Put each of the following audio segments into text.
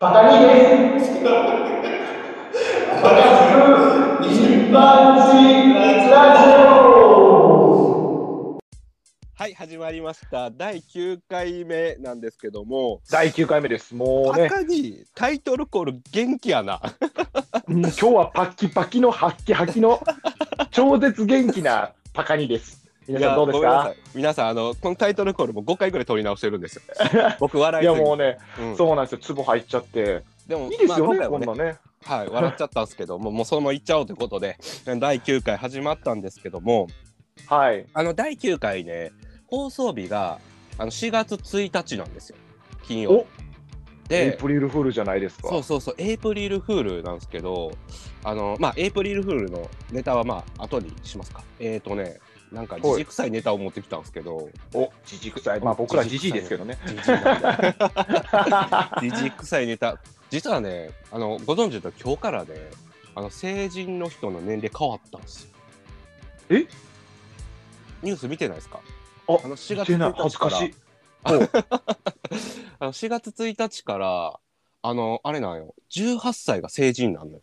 バカにです。バカにする。一般人ラジオ。はい、始まりました。第9回目なんですけども、第9回目です。もうね、赤にタイトルコール元気やな。もう今日はパッキパキのハッキハキの超絶元気なパカニです。皆さんどうですいやごめんなさかい皆さん、あの、このタイトルコールも5回ぐらい取り直してるんです よ。僕笑いいすやぎもうね、うんそうなんですよ、ツボ入っちゃって。でもいいですよね、まあ今こん回なもねね。はい、笑っちゃったんですけども、もうそのままいっちゃおうということで、第9回始まったんですけども、はい。あの、第9回ね、放送日が、あの、4月1日なんですよ。金曜おエイで、プリルフールじゃないですか。そうそうそう、エイプリルフールなんですけど、あの、まあ、エイプリルフールのネタは、まあ、後にしますか。えっ、ー、とね、なんか、いじじくさいネタを持ってきたんですけど、お、じじくさい。まあ僕らジじジじイいくさいですけどじね。じなんだ。じじくさいネタ。実はね、あの、ご存知の今日からね、あの、成人の人の年齢変わったんですよ。えニュース見てないですかあの、4月て1ない日、恥ずかしい。あの4月1日から、あの、あれなんよ、18歳が成人なんのよ。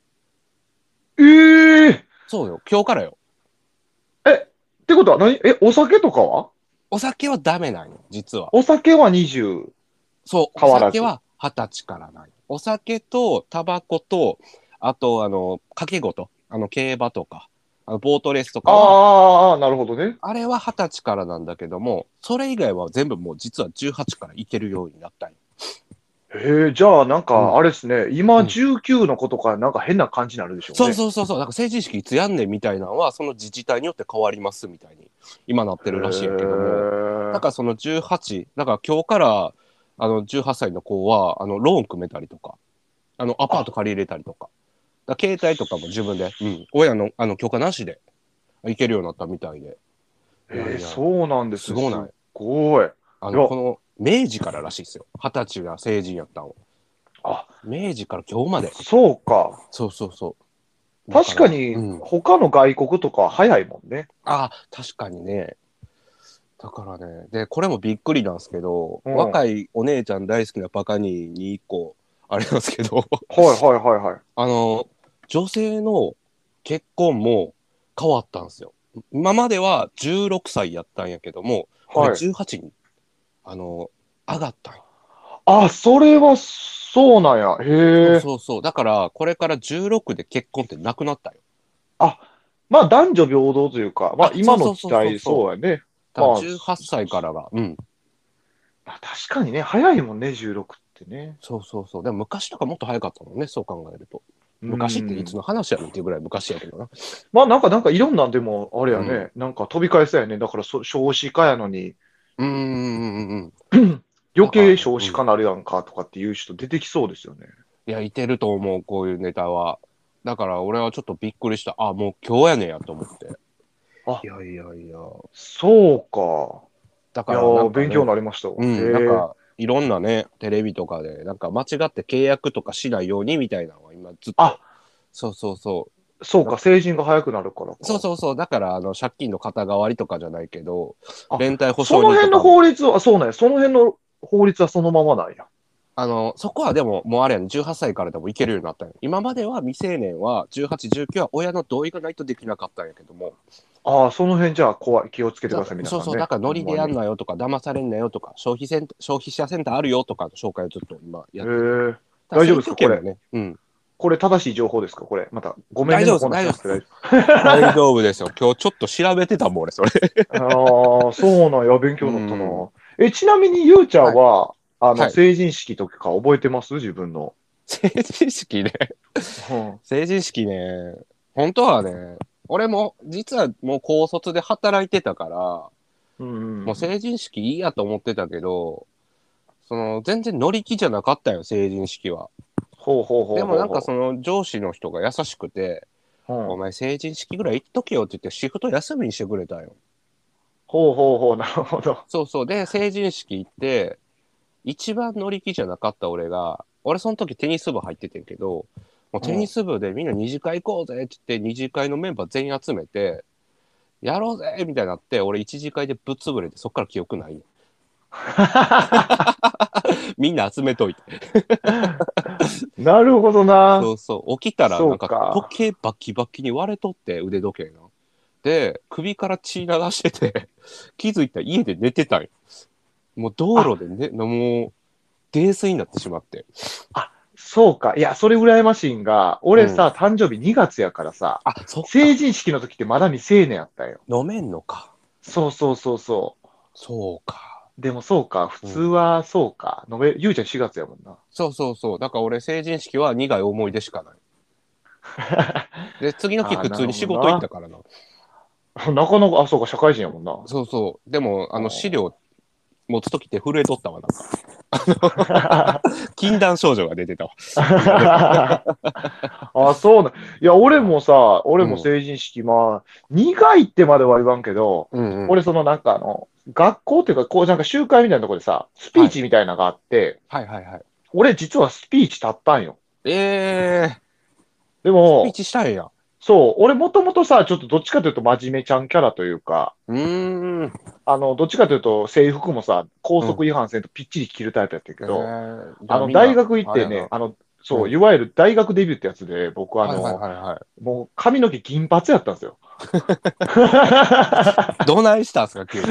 えー、っそうよ、今日からよ。てことは何え、お酒とかはお酒はダメなんよ、実は。お酒は20。そう、変おわらず酒は二十歳からなんよ。お酒と、タバコと、あと、あの、賭け事、あの、競馬とか、あのボートレースとかは、あーあー、なるほどね。あれは二十歳からなんだけども、それ以外は全部もう実は18から行けるようになったんよ。えー、じゃあなんうんかあれですね、今うん19のことからなんか変な感じになるでしょうね。そうそうそうそう、なんか成人式いつやんねんみたいなのは、その自治体によって変わりますみたいに、今なってるらしいんやけども。もだからその18、だから今日からあの18歳の子はあのローン組めたりとか、あのアパート借り入れたりとか、だから携帯とかも自分で、うん、親のあの許可なしで行けるようになったみたいで、えー、そうなんですすごないすごい。あいのやこの明治かららしいですよ、二十歳が成人やったの。あ明治から今日まで、そうか。そうそうそう。確かにだらうん、他の外国とかは早いもんね。あ確かにね。だからね、で、これもびっくりなんですけど、うん若いお姉ちゃん大好きなバカにに一個、あれなんですけど、はいはいはいはい。あの、女性の結婚も変わったんですよ。今までは16歳やったんやけども、これはい、 18に、あの、上がったんよあ、それはそうなんや。へえ。そうそう。だから、これから16で結婚ってなくなったんよ。まあ男女平等というか、まああ今のそうそうそうそ時う代そうやね。だからまあ18歳からが、うん。まあ確かにね、早いもんね、16ってね。そうそうそう。でも昔とかもっと早かったもんね、そう考えると。昔っていつうんの話やねんっていうぐらい昔やけどな。まあなんか、なんかいろんなんでも、あれやね、なんか飛び返したやね。だからそ少子化やのに、うーんうんうんうん。余計少子化なるやんかとかっていう人出てきそうですよね。いや、いてると思う、こういうネタは。だから俺はちょっとびっくりした。あ、もう今日やねんやと思って。あいやいやいや。そうか。だいからやなんかね、ー、勉強になりました。うへん、ーなんか、いろんなね、テレビとかで、なんか間違って契約とかしないようにみたいなのは今ずっと。あそうそうそう。そうか、成人が早くなるからか。そうそうそう。だから、あの、借金の肩代わりとかじゃないけどあ、連帯保証人そとのか辺のも法律は、そうなんや。その辺の法律はそのままなんや。あの、そこはでも、もうあれやね、18歳からでもいけるようになったんや今までは未成年は、18、19は親の同意がないとできなかったんやけども。ああ、その辺じゃあ怖い。気をつけてください、皆さん、そうね。そう、だからノリでやんい。なよとか、騙されんなよとか、消費セン消費者センターあるよとかの紹介をずっと今へやってる。ー大丈夫ですかだらそういう時もね、うん。これ正しい情報ですかこれ。また、ごめんね。大丈夫ですこんな話して大丈大丈夫ですよ。今日ちょっと調べてたもん、俺、それ。 夫。ああ、そうなんや。勉強になったなう。え、ちなみに、ゆうちゃんは、あの、はい成人式とか覚えてます自分の。成人式ね。うん成人式ね。本当はね、俺も、実はもう高卒で働いてたから、うんもう成人式いいやと思ってたけど、その、全然乗り気じゃなかったよ、成人式は。ほうほうほうほう。でもなんかその上司の人が優しくて、うんお前成人式ぐらい行っとけよって言ってシフト休みにしてくれたんよ。ほうほうほう、なるほど。そうそう。で、成人式行って、一番乗り気じゃなかった俺が、俺その時テニス部入っててんけど、もうテニス部でみんな二次会行こうぜって言って、二次会のメンバー全員集めて、やろうぜみたいになって、俺一次会でぶっ潰れて、そっから記憶ないよ。みんな集めといて。なるほどな。そうそう。起きたら、そなんうかか、時計バキバキに割れとって、腕時計の。で、首から血流してて、 気づいたら家で寝てたんよ。もう道路でね、もう、泥酔になってしまって。そうか。いや、それ羨ましいんが、俺さ、誕生日2月やからさ、あ、そっか。成人式の時ってまだ未成年やったんよ。飲めんのか。そうそうそうそう。そうか。でもそうか、普通はそうか。飲め、ゆうちゃん4月やもんな。 そうそうそう。だから俺、成人式は苦い思い出しかない。で、次の日、あー普通に仕事な行るほどなったからな。なかなか、あ、そうか、社会人やもんな。 そうそう。でも、ああの、ー資料持つときって震えとったわ、なんか。禁断症状が出てたわ。あ、そうな。いや、俺もさ、俺も成人式、まあ、苦いってまでは言わんけど、うん、うん。俺、そのなんかあの、学校っていうか、こう、なんか集会みたいなところでさ、スピーチみたいなのがあって、はいはいはい。俺実はスピーチ立ったんよ。えー、でスピーも、チしたんや。そう、俺もともとさ、ちょっとどっちかというと真面目ちゃんキャラというか、うーん。あの、どっちかというと制服もさ、高速違反せんとぴっちり着るタイプやったけど、あの、大学行ってね、あの、そう、うんいわゆる大学デビューってやつで、僕ああの、の、はいはいはいはもう髪の毛銀髪やったん ですよ。い。どないしたんすか、 急に。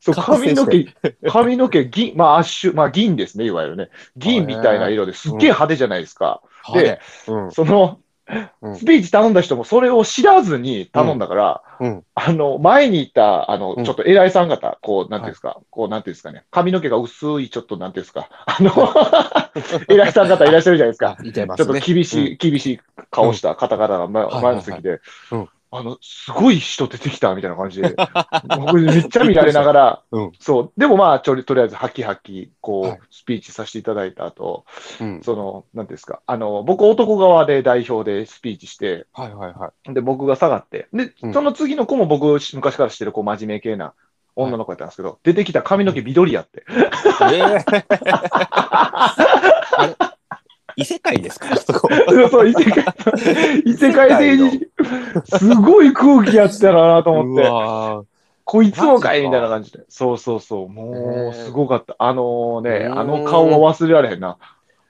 そう完成髪しのて毛、髪の毛銀、まあ、アッシュ、まあ、銀ですね、いわゆるね。銀みたいな色ですっげえ派手じゃないですか。派手、うん。そのう、んスピーチ頼んだ人もそれを知らずに頼んだから、うん。あの、前にいた、あのう、んちょっと偉いさん方、こう、なんていうんですか、こう、なんていうんですかね、髪の毛が薄い、ちょっと、なんていうんですか、あの、 偉いさん方いらっしゃるじゃないですか。いてまちょすっとね。厳しい、厳しい顔した方々がまはい前の席でうん、あの、すごい人出てきたみたいな 感じで、僕めっちゃ見られながらうん、そう、でもまあ、ちょりとりあえず、はきはき、こ、はいうスピーチさせていただいた後、うん。その、なんていうんですか、あの、僕男側で代表でスピーチして、はいはいはい。で、僕が下がって、でうん、その次の子も僕、昔から知ってる、こう、真面目系な女の子やったんですけど、出てきた髪の毛緑やって。えー、 あれ異世界ですか そこ。 そう、異 世界、異世界成人式。すごい空気やってたなと思うって、わーこいつもかマジかいみたいな感じで。そうそうそう、へもーう、すごかった。あのね、うーんあの顔は忘れられへんな。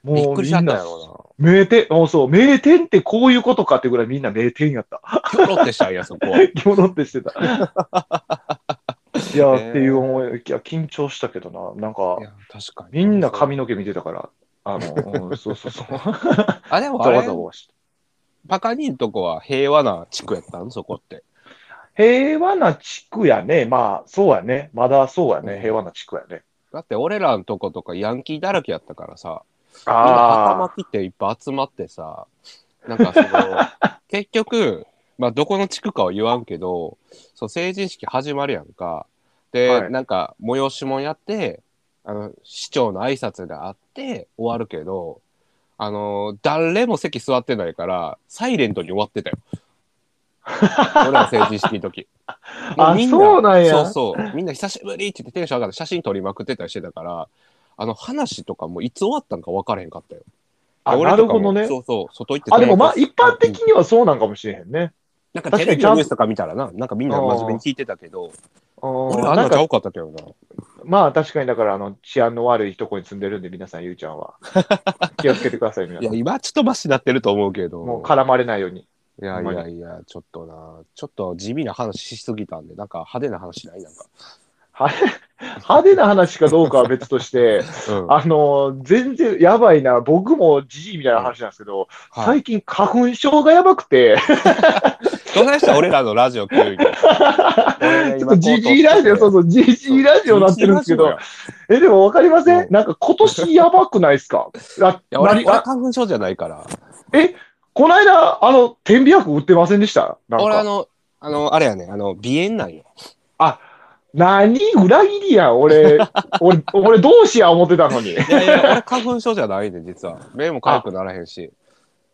びっもうくりみしちゃっんたんなや、ろ名店、もうそう、名店ってこういうことかってぐらいみんな名店やった。うな。キョロってしたんや、そこは。着物ってしてた。いや、へーっていう思い、いや、緊張したけどな、なんかい、や確かに。みんな髪の毛見てたから、あ の、うんそうそうそう。あ、でもざあわれざ、わして。パカニンとこは平和な地区やったんそこって。平和な地区やね。まあ、そうやね。まだそうやうんね。平和な地区やね。だって俺らのとことかヤンキーだらけやったからさ、みんなあ頭切っていっぱい集まってさ、なんかそ の、結局、まあどこの地区かは言わんけど、そう成人式始まるやんか。で、はいなんか催しもやって、あの、市長の挨拶があって終わるけど、あの、誰も席座ってないから、サイレントに終わってたよ。 俺ら成人式の時。あもみなそうなんやそうそう。みんな久しぶりって言ってテンション上がって写真撮りまくってたりしてたから、あの話とかもいつ終わったんか分からへんかったよ。あ、俺なとるかもほどね。そうそう、外行ってあ、でもまあ、タバ一コ吸般って的にはそうなんかもしれへんね。なんか確かテにレビちゃのんニュースとか見たらな、なんかみんな真面目に聞いてたけど、うん俺あんななんちゃか、うかったけどな。まあ確かにだから、あの、治安の悪いとこに住んでるんで、皆さん、ゆうちゃ んは。気をつけてください、皆いさや、ん。今ちょっとマシになってると思うけど。もう絡まれないように。いやいやいや、ちょっとな、ちょっと地味な話しすぎたんで、なんか派手な話ないなんか。は派手な話かどうか は別として、うんあの、全然やばいな、僕もじじいみたいな話なんですけど、はい。最近花粉症がやばくて、どないした俺らのラジオ9位で。 ちょっとジジイラジオ、そうそう、ジジイラジオになってるんですけいど、え、でもわかりません、なんか今年やばくないですかあや、俺、なり俺あ花粉症じゃないから。この間、あの、点鼻薬売ってませんでしたなん俺、あか。の、あの、あれやね、あの、鼻炎なんよ。何裏切りやん、 俺、俺、俺同志や思ってたのに。いやいや、俺 花粉症じゃないで、実は。目も痒くならへんし。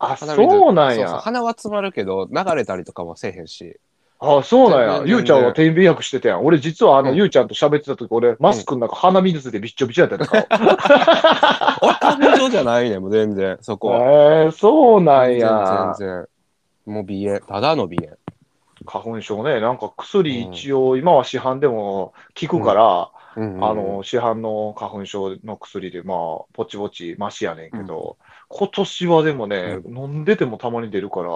あ、鼻水そうなんそうそうや。鼻は詰まるけど、流れたりとかもせえへんし。あ、そうな全んや。然ゆうちゃんは点鼻薬してたやん。俺、実はあの、うんゆうちゃんと喋ってた時、俺、マスクの中、鼻水でびっちょびちょやったやん 顔。俺、花粉症じゃないね、もう全然、そこは。えー、そうなん全然や。全然。もう鼻炎、ただの鼻炎。花粉症ね、なんか薬一応、今は市販でも効くから、うんうんあの、市販の花粉症の薬で、まあ、ぼちぼちマシやねんけど、今年はでもね、飲んでてもたまに出るから、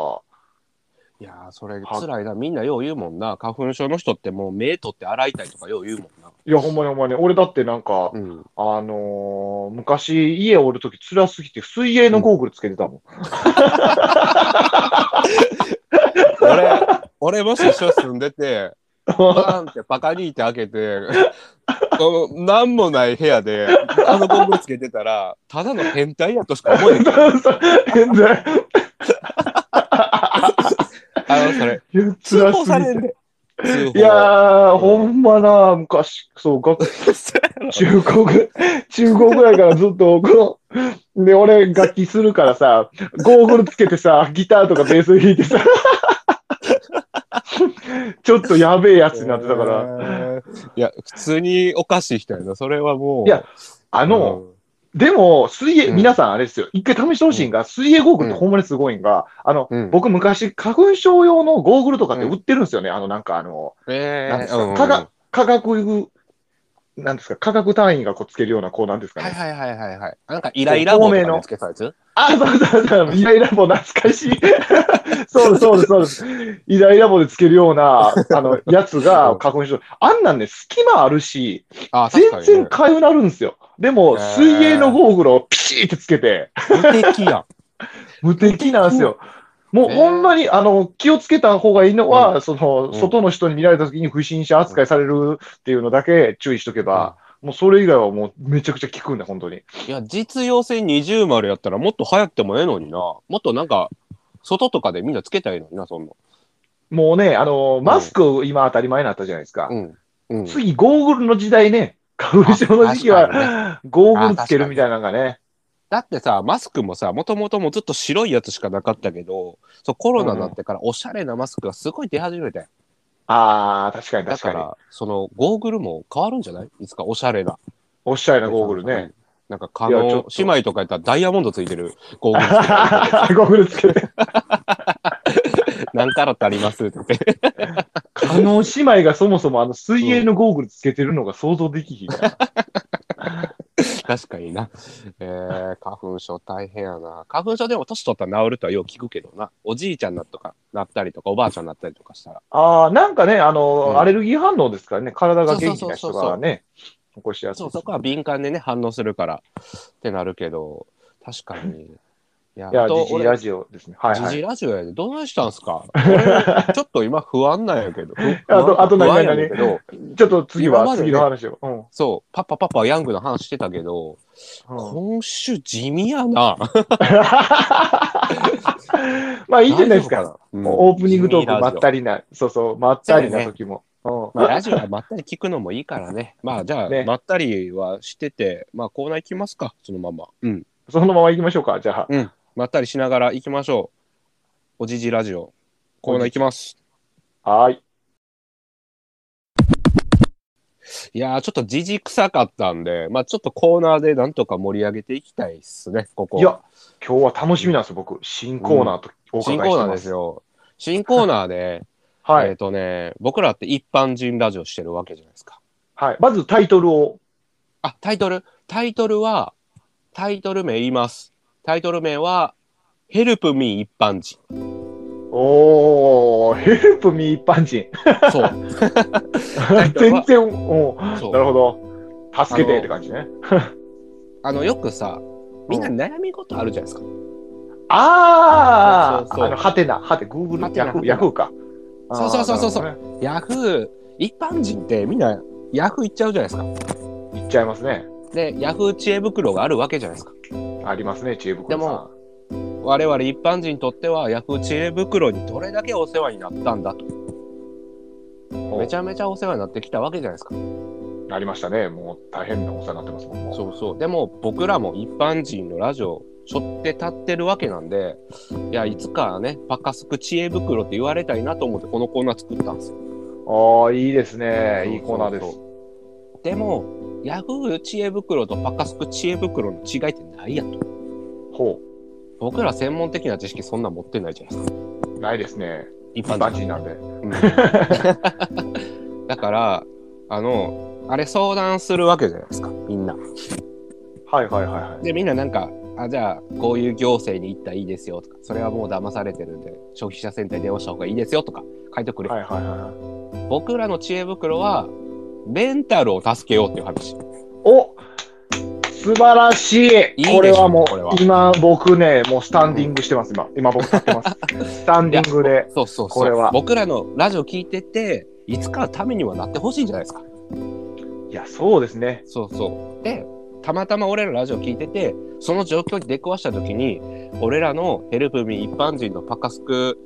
いやーそれ辛いなみんなよう言うもんな花粉症の人ってもう目取って洗いたいとかよう言うもんないや、ほんまにほんまに、俺だってなんか、うんあのー昔、家おるとき辛すぎて、水泳のゴーグルつけてたもん。 俺俺もし一緒に住んでてバーンってパカリーって開けてこの何もない部屋であのゴーグルつけてたらただの変態やとしか思えない変態。あのそれいや、通辛報されすんぎでて。通報いやー、ほんまな、昔、そう、学中高ぐ、 中高ぐらいからずっと、この、で、俺、楽器するからさ、ゴーグルつけてさ、ギターとかベース弾いてさ、 ちょっとやべえやつになってたから、らいや普通におかしい人やなそれはもういやあの、でも、水泳、うん皆さんあれですよ、一回試してほしいんが、水泳ゴーグルってほんまにすごいんが、あの、うん僕昔、花粉症用のゴーグルとかって売ってるんですよね、あの、なんかあの、えなんですかー、科学科学、なんですか、科学単位がこうつけるような、こうなんですかはいね。はいはいはいはい。なんかイライラ棒とかにつけたやつあ、そうそうそう、イライラ棒懐 かしい。そうです、そうです、そうです。イライラ棒でつけるような、あの、やつが花粉症。あんなんね、隙間あるし、あ、確か全に、然ね。かゆなるんですよ。でも、へー水泳のゴーグルをピシーってつけて、無敵やん。無敵なんですよ。もうねほんまに、あの、気をつけた方がいいのは、その、ん外の人に見られた時に不審者扱いされるっていうのだけ注意しとけば、もうそれ以外はもうめちゃくちゃ効くんだ、本当に。いや、実用性二重丸やったらもっと流行ってもええのにな。もっとなんか、外とかでみんなつけたらいいのにな、そんな。もうね、あの、マスク今当たり前になったじゃないですか。うん。うん。 次、ゴーグルの時代ね、花粉症の時期あ確は、ゴーグルつけるみたいなのがね、だってさ、マスクもさ、もともともうずっと白いやつしかなかったけど、そうコロナになってからおしゃれなマスクがすごい出始めたよ。ああ、確かにだ確かかに。ら、そのゴーグルも変わるんじゃないいつかおしゃれな。おっしゃれなゴーグルね。。なんか可いやちょっ能と、姉妹とかやったらダイヤモンドついてるゴ ーグルつけたりとか。ゴーグルつけて。何カラットありますって言って。 あの姉妹がそもそもあの水泳のゴーグルつけてるのが想像できひん。確かにな。えー、花粉症大変やな。花粉症でも年取ったら治るとはよう聞くけどな。おじいちゃんなとかなったりとか、おばあちゃんなったりとか したら。 ああ、なんかね、あの、うんアレルギー反応ですからね、体が元気なそ人うそうそうそうがね、起こしやすい。そう、そこは敏感でね、反応するからってなるけど、確かに。いや いや、あとジジイラジオですね。はいジはい。ジイラジオやで、どないしたんすか俺ちょっと今不安なんや けど。ふあとあと不何安やねんけ何ど、ちょっと次今は、までね次の話を。うんそう、パッパパパヤングの話してたけど、うん今週地味やな。 まあいいんじゃないですか。うん。オープニングト地ー味ラジオクまったりな、そうそう、まったりな時も。うんまあ、ラジオはまったり聞くのもいいから ね。まあ、じゃあ、ねまったりはしてて、まあ、コーナー行きますか、そのまま。うん。そのまま行きましょうか、じゃあ。まったりしながら行きましょう。おじじラジオ。コーナー行きます。はーい。いやー、ちょっとじじ臭かったんで、まあ、ちょっとコーナーでなんとか盛り上げていきたいっすね、ここ。いや、今日は楽しみなんですよ、僕。新コーナーとお伺新いしてます。コーナーですよ。新コーナーで、 はえっい。とね、僕らって一般人ラジオしてるわけじゃないですか。はい。まずタイトルを。あ、タイトルタイトルは、タイトル名言います。タイトル名は、ヘルプミー一般人。おー、ヘルプミー一般人。そう。トルは全然、おーそうなるほど。助けてって感じね。あの、よくさ、みんな悩み事あるじゃないですか。あそうそうー、そうあの、ハテナ、ハテ、グーグハル、テナヤフー、ヤフーか。そうそうそうそうそうあーなるほどねヤフー、一般人ってみんなヤフー行っちゃうじゃないですか。行っちゃいますね。で、ヤフー知恵袋があるわけじゃないですか。ありますね、知恵袋さん。でも我々一般人にとっては、ヤフー知恵袋にどれだけお世話になったんだと。おめちゃめちゃお世話になってきたわけじゃないですか。なりましたね。もう大変なお世話になってますもんもう。そうそう。でも、僕らも一般人のラジオ、しょって立ってるわけなんで、いや、いつかね、パカスク知恵袋って言われたいなと思って、このコーナー作ったんですよ。ああ、いいですそうね。そういいコーナーです。でも、ヤフー知恵袋とパカスク知恵袋の違いってないやと。ほ僕ら専門的な知識そんな持ってないじゃないですか。う。ないですね。一バ般チ人。なんで。うんだから、あの、あれ相談するわけじゃないですか、みんな。はいはいはいはい。で、みんななんか、あ、じゃあ、こういう行政に行ったらいいですよとか、それはもう騙されてるんで、消費者センターに電話した方がいいですよとか、書いてくれ。はいはいはい。僕らの知恵袋は、メンタルを助けようっていう話。お素晴らしいいでしょこれはもこれはう、今僕ね、もうスタンディングしてます、今。今僕立って ます。スタンディングで。そうそうそう。これは僕らのラジオ聞いてて、いつかのためにはなってほしいんじゃないですか。いや、そうですね。そうそう。で、たまたま俺らのラジオ聞いてて、その状況に出くわした時に、俺らのヘルプミー一般人のパカスク、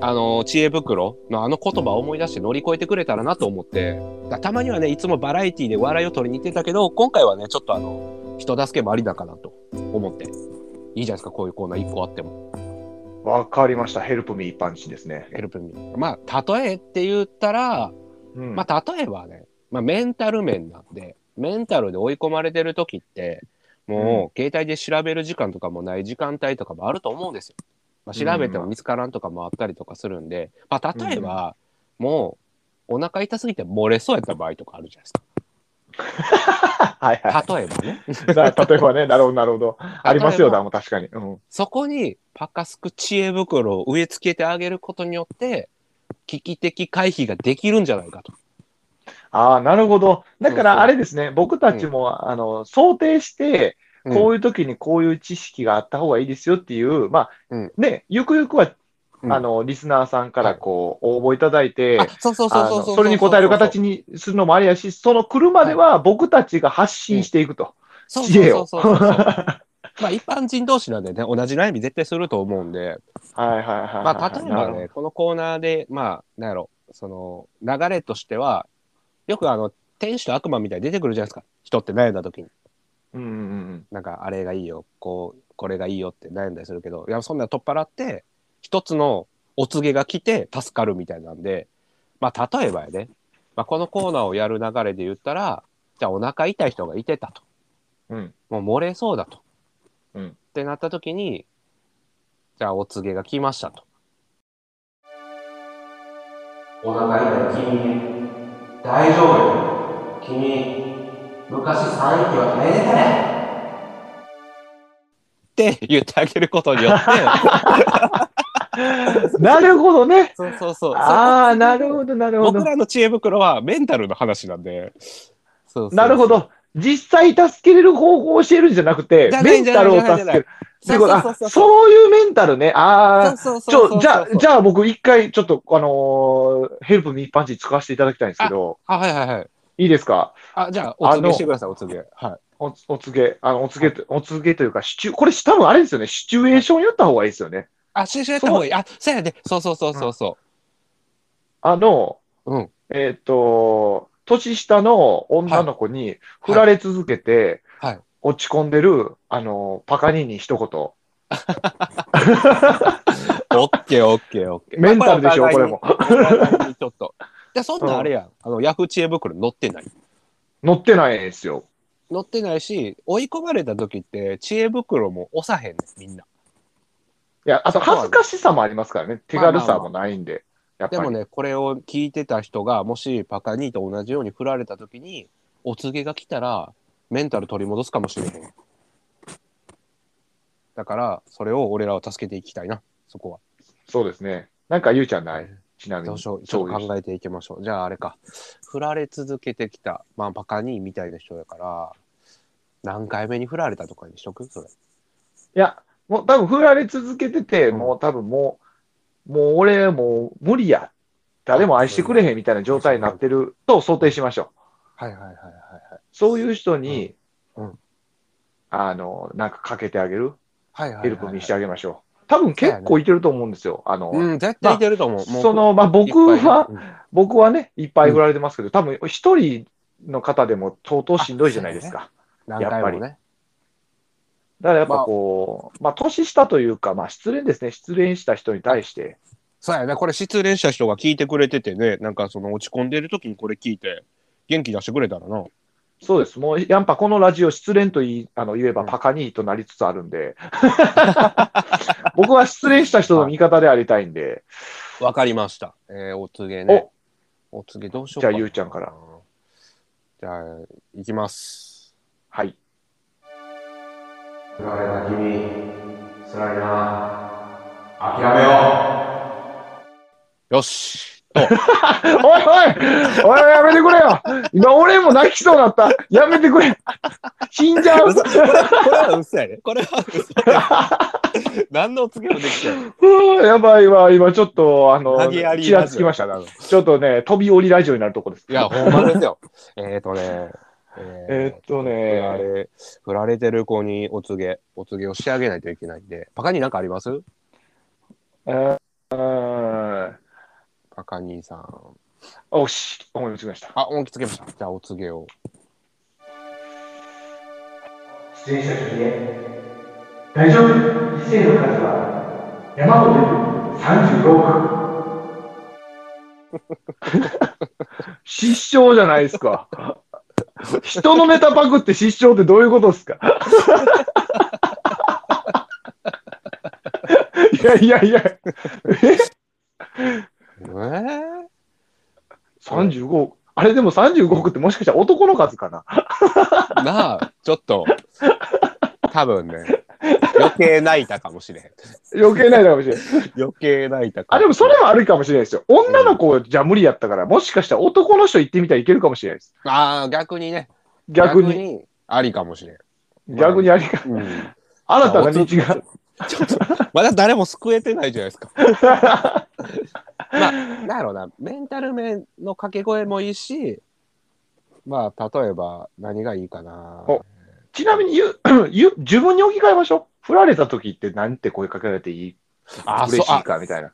あの、知恵袋のあの言葉を思い出して乗り越えてくれたらなと思って、だたまにはね、いつもバラエティで笑いを取りに行ってたけど、今回はね、ちょっとあの、人助けもありだかなと思って。いいじゃないですか、こういうコーナー一個あっても。わかりました。ヘルプミー一般人ですね。ヘルプミー。まあ、例えって言ったら、うん。まあ、例えばね、まあ、メンタル面なんで、メンタルで追い込まれてる時って、もう、携帯で調べる時間とかもない時間帯とかもあると思うんですよ。まあ、調べても見つからんとかもあったりとかするんで、まあ、例えば、もう、お腹痛すぎて漏れそうやった場合とかあるじゃないです はいはか。例えばね、い。だ例えばね、なるほどなるほど。 ありますよ、例えばだも確かに。うん。そこにパカスク知恵袋を植え付けてあげることによって、危機的回避ができるんじゃないかと。ああ、なるほど。だそうかそうらあれですね、僕たちも、あの、想定して、うんこういう時にこういう知識があった方がいいですよっていう、まうあん、ね、ゆくゆくは、うんあの、リスナーさんからこう、応募いただいて、あそうそうそうあそうのそう。それに応える形にするのもありやし、その来るまでは僕たちが発信していくと。そう知そう恵そをうそうそうそう。 まあ一般人同士なんでね、同じ悩み絶対すると思うんで、はいはいはいはい。まあ例えなばるほどね、このコーナーで、まあ、なんやろ、その流れとしては、よくあの、天使と悪魔みたいに出てくるじゃないですか。人って悩んだ時に。うんうんうん。なんか、あれがいいよ、こう、これがいいよって悩んだりするけど、いや、そんな取っ払って、一つのお告げが来て助かるみたいなんで、まあ例えばやね、まあこのコーナーをやる流れで言ったら、じゃあお腹痛い人がいてたと。うん。もう漏れそうだと。うんってなった時に、じゃあお告げが来ましたと。お腹痛い君、大丈夫君、昔3駅は耐えれたねって言ってあげることによって、 なるほどね。そうそうそう。ああ、なるほど、なるほど僕。らの知恵袋はメンタルの話なんで。そうそうなるほ。ど。実際助けれる方法を教えるんじゃなくてじゃ、ないメンタルを助ける。ってそうことそうそあうそう。そういうメンタルね。ああ。そうちそうそうそょ、うじゃあ、じゃあ僕一回ちょっと、あのーヘルプに一般人使わせていただきたいんですけど、あ、はいはいはい。いいですかあ、じゃあ、お告げしてください、お告げ。はい。おお告げ、あの、お告げと、お告げというか、シチュ、これ多分あれですよね、シチュエーションやった方がいいですよね。あ、ししやった方がいい。あ、そうやね。そうそうそうそうそあの、うんえっ、と、年下の女の子に振られ続けて、はいはい落ち込んでる、あの、パカニーに一言。う。オッケー、オッケー、オッケー。メンタルでしょ、これも。お 互いに。ちょっと。で、そんなんあれやん。あの、ヤフー知恵袋に載ってない。乗ってないですよ。載ってないし、追い込まれた時って、知恵袋も押さへんねん、みんな。いや、あと恥ずかしさもありますからね、手軽まあさまあもないんで、やっでぱもり。ね、これを聞いてた人が、もしパカニーと同じように振られた時に、お告げが来たら、メンタル取り戻すかもしれへん。だから、それを俺らは助けていきたいな、そこは。そうですね。なんかゆうちゃんないちなみどうに。しよう、ちそょっうという考えていきましょう。じゃああれか、振られ続けてきた、まあバカにみたいな人やから、何回目に振られたとかにしとくそれ。いや、もう多分振られ続けてて、うんもう多分もう、もう俺もう無理や。誰も愛してくれへんみたいな状態になってると想定しましょはいはいはいはい。う。そういう人に、うんうんあの、なんかかけてあげる。はいはい、はい。ヘルプにしてあげましょう。多分結構いけると思うんですよ。あの、うん、絶対いけると思う。もうそ、の、まあ、僕いは、っぱいね僕はね、いっぱい振られてますけど、多分一人の方でも相当しんどいじゃないですか。うん何回もね。だからやっぱこう、まあ、年下というか、まあ、失恋ですね、失恋した人に対して、そうやね、これ失恋した人が聞いてくれててね、なんかその落ち込んでる時にこれ聞いて、元気出してくれたらな。そうです、もうやっぱこのラジオ、失恋と言いあの言えうばんパカニーとなりつつあるんで、 僕は失恋した人の味方でありたいんで、わかりました。えー、お告げね。お告げどうしようじかゃあな。ゆうちゃんから。じゃあ、いきます。はい。 振られた君、辛いな。諦めよよし。おいおいおいやめてくれよ今俺も泣きそうだったやめてくれ死んじゃう嘘これは嘘やね。これは嘘 やね。何のお告げもできてない。うんやばいわ、今ちょっと、あの投げや、りちらつきましたね。あのちょっとね、飛び降りラジオになるとこです。いや、ほんまですよ。 えっとね。えーっと振らね、れ、振られてる子にお告げ、お告げをしてあげないといけないんで、パカになんかありますうん、パカ兄さん。おし、思いつきました。あ、音気つけました。じゃあ、お告げを。出演者君へ大丈夫異性の数は山を出る36失笑じゃないですか。 人のネタパクって失笑ってどういうことですか いやいやいや、えー、 35、あれでも35億ってもしかしたら男の数かななあ、ちょっと、多分ね、余計泣いたかもしれへん。余計ないのかもしれない。余計泣いたかあ、でもそれはあるかもしれないですよ。女の子じゃ無理やったから、もしかしたら男の人行ってみたらいけるかもしれないです。ああ、逆にね。逆に、ありかもしれん。逆にありか、うん。新たな道が。ちょっと、まだ誰も救えてないじゃないですか。まあ、なんやろうな、メンタル面の掛け声もいいし、まあ、例えば何がいいかな。お ちなみに言う、言う自分に置き換えましょう。振られた時ってなんて声かけられていいあ嬉しそういかみたいな。っ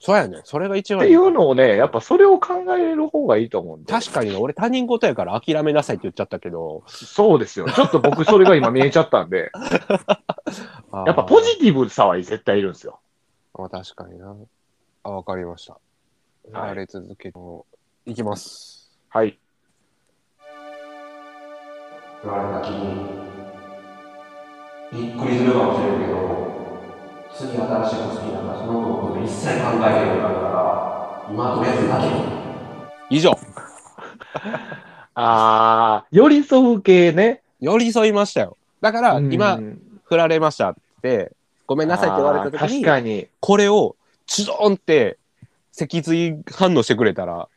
そうやね。それが一番ていいいうのをね、やっぱそれを考える方がいいと思うんで。確かにね俺他人事やから諦めなさいって言っちゃったけど。そうですよ。ちょっと僕それが今見えちゃったん で、あーやっぱポジティブさは絶対いるんですよ。まあ確かにな。あ、わかりました。振はいられ続けて、いきます。はい。う。振られた君、びっくりするかもしれんけど、次新しく好きなんかその子のこと一切考えてるから、今とりあえずだけ以上。あー、寄り添う系ね。寄り添いましたよ。だから、う今、ん、振られましたって、ごめんなさいって言われたあ時ー確に、かに。これを、チドーンって、脊髄反応してくれたら、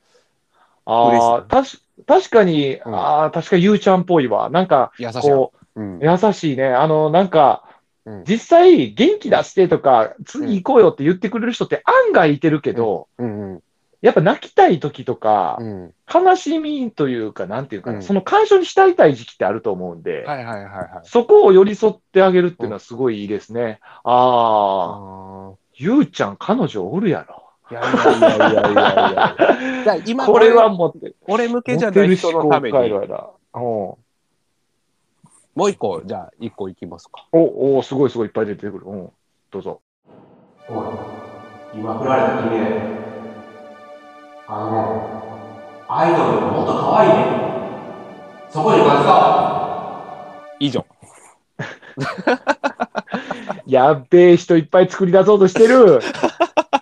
ああ、たし、確かに、うんああ、確かにゆうちゃんっぽいわ。なんか、優しい。こうんう、。優しいね。あの、なんかうん、実際、元気出してとか、次行こうよって言ってくれる人って案外いてるけど、うんうん。やっぱ泣きたい時とかう、ん。悲しみというか、なんていうかうんな、その干渉に浸りたい時期ってあると思うんで、はいはいはいはい。そこを寄り添ってあげるっていうのはすごいいいですね。ああ、あゆうちゃん、彼女おるやろ。あ。いやいやいやいやいやい や。じゃあ今これは持って、俺向けじ持ゃってないる人思の考た回め路に、やな。うんもう一個、じゃあ一個いきますか。お、お、すごいすごいいっぱい出てくる。うん、どうぞ。おい、今振られた君へ。あの、アイドルもっと可愛いね。そこに関さ、以上。やっべえ人いっぱい作り出そうとしてる。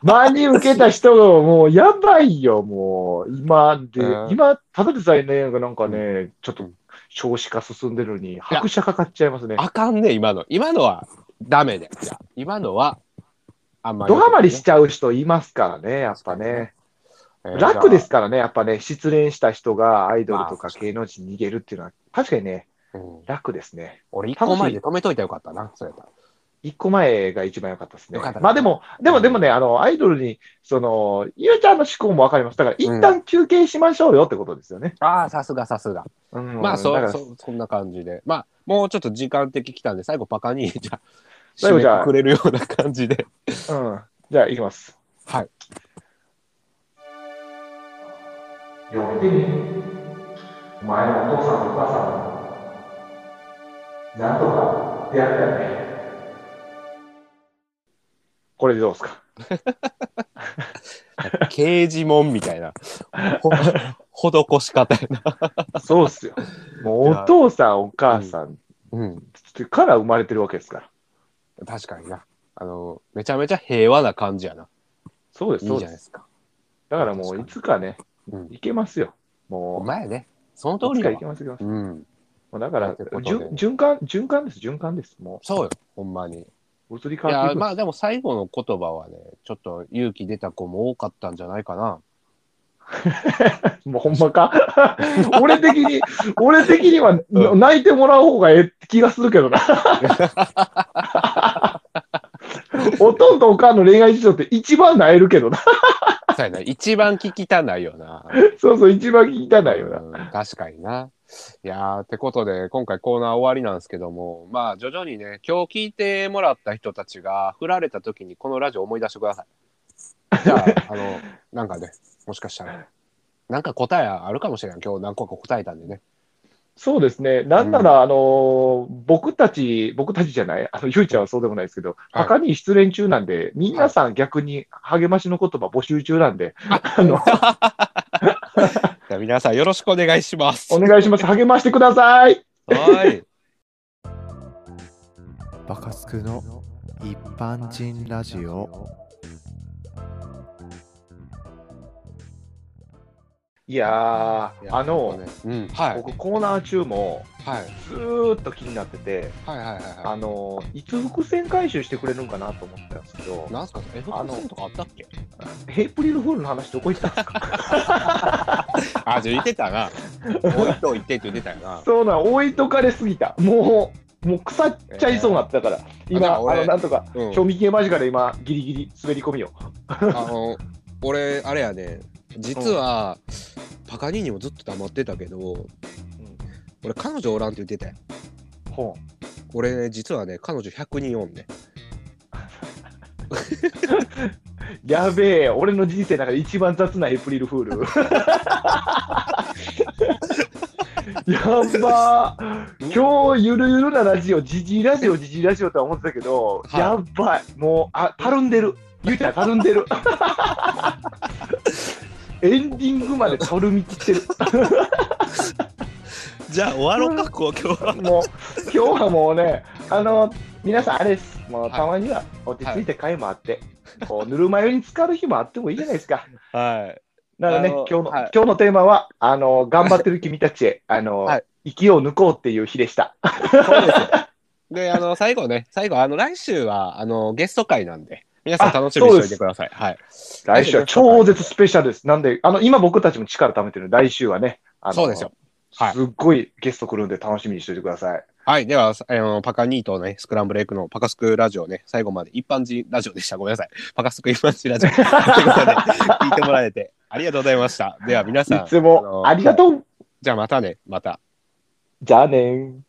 真に受けた人がもうやばいよ、もう。今で、うん今、ただでさえね、なんかね、ちょっと少子化進んでるのに、拍車かかっちゃいますね。あかんね、今の。今のは、ダメで。じゃあ今のは、あんまり。ドハマりしちゃう人いますからね、やっぱね。えー楽ですからね、やっぱね、失恋した人がアイドルとまかあ芸能人に逃げるっていうのは、確かにね、うん楽ですね。俺一個前で止めといたらよかったな、それやっ一個前が一番良かったですね。良かったまあでも、でもでもね、あの、アイドルに、その、ゆうちゃんの思考もわかります。だから、一旦休憩しましょうよってことですよね。たら。ああ、さすがさすが。うんまあだそかうらそう、そんな感じで。まあ、もうちょっと時間的来たんで、最後パカに、 じゃあ、最締後めじゃあてくれるような感じ で。うん。じゃあ、いきます。はい。寄ってみお前のお父さんとお母さんもなんとか出会ったよねこれでどうで すか。刑事門みたいな。ほ、施し方やな。そうっすよ。もう、お父さん、お母さんうん。から生まれてるわけですから。確かにな。あの、めちゃめちゃ平和な感じやな。そうでいす、いそうじゃで。ないですすか。だからもう、いつかねう、んいけますよ。おも前やね。そのどっ通ちりだか行わきます、行きます。うん。もうだから、ということでじゅ循環、循環です、循環です。も、そうよ、ほんまに。いう移り変わってや、いく。まあでも最後の言葉はね、ちょっと勇気出た子も多かったんじゃないかな。もうほんま か俺的に、俺的には泣いてもらう方がええって気がするけどな。おとんとおかんの恋愛事情って一番泣えるけどな。そうやな、一番聞きたないよな。そうそう、一番聞きたないよな。うん確かにな。いやー、てことで、今回コーナー終わりなんですけども、まあ徐々にね、今日聞いてもらった人たちが、振られた時にこのラジオ思い出してください。じゃ あ、あの、なんかね、もしかしたら、なんか答えあるかもしれない。今日何個か答えたんでね。そうですね。なんなら、あのー僕たち、僕たちじゃない、あの、ゆいちゃんはそうでもないですけど、はい墓に失恋中なんで、皆さん逆に励ましの言葉募集中なんで、あの、じゃあ皆さんよろしくお願いします。お願いします。励ましてください。はい。バカスクの一般人ラジオいやー、あの、うん、はい、僕コーナー中も、はい、ずーっと気になってて、はい、はい、あはのーいつ伏線回収してくれるんかなと思ってたんですけどい。、なんすか、え、あ伏の線とかあったっけ。ヘイプリルフールの話どこ行ったんですかあ、じゃ、言ってたな。置いといてって言ってたよな。 そうなん、置いとかれすぎた。もう、もう腐っちゃいそうになったから、じゃ今、ああ俺の、なんとか、うん賞味期限間近で今、ギリギリ滑り込みを。あの、俺、あれやね、実は、パカニーニもずっと黙ってたけど、俺、彼女おらんって言ってたよ。ほ俺ね、実はね、彼女100人おんね。うやべえ、俺の人生の中で一番雑なエイプリルフ ール。やっばー今日ゆるゆるなラジオ、じじいラジオ、じじいラジオとは思ってたけど、はいやっばい、もう、あ、たるんでる。ゆうちゃん、たるん でる。エンディングまでたるみきってる。じゃあ、終わろうか、こう、今日は。もう今日はもうね、あの皆さん、あれです、もうはいたまには落ち着いて回もあって、こうぬるま湯に浸かる日もあってもいいじゃないですか。はい。なのでね、あの今日の、はい今日のテーマは、あの頑張ってる君たちへ、あのはい息を抜こうっていう日でした。そうですよ。で、あの、最後ね、最後、あの、来週は、あの、ゲスト会なんで、皆さん楽しみにしておいてください。はい。来週は超絶スペシャルです。なんで、あの今僕たちも力貯めてるんで来週はね、あのそうですよ。はいすっごいゲスト来るんで楽しみにしておいてください。はい。では、あの、パカニートね、スクランブレイクのパカスクラジオね、最後まで一般人ラジオでした。ごめんなさい。パカスク一 般人ラジオ。ということで、聞いてもらえてありがとうございました。では、皆さんい、つもありがとう。じゃあまたね、また。じゃあねー。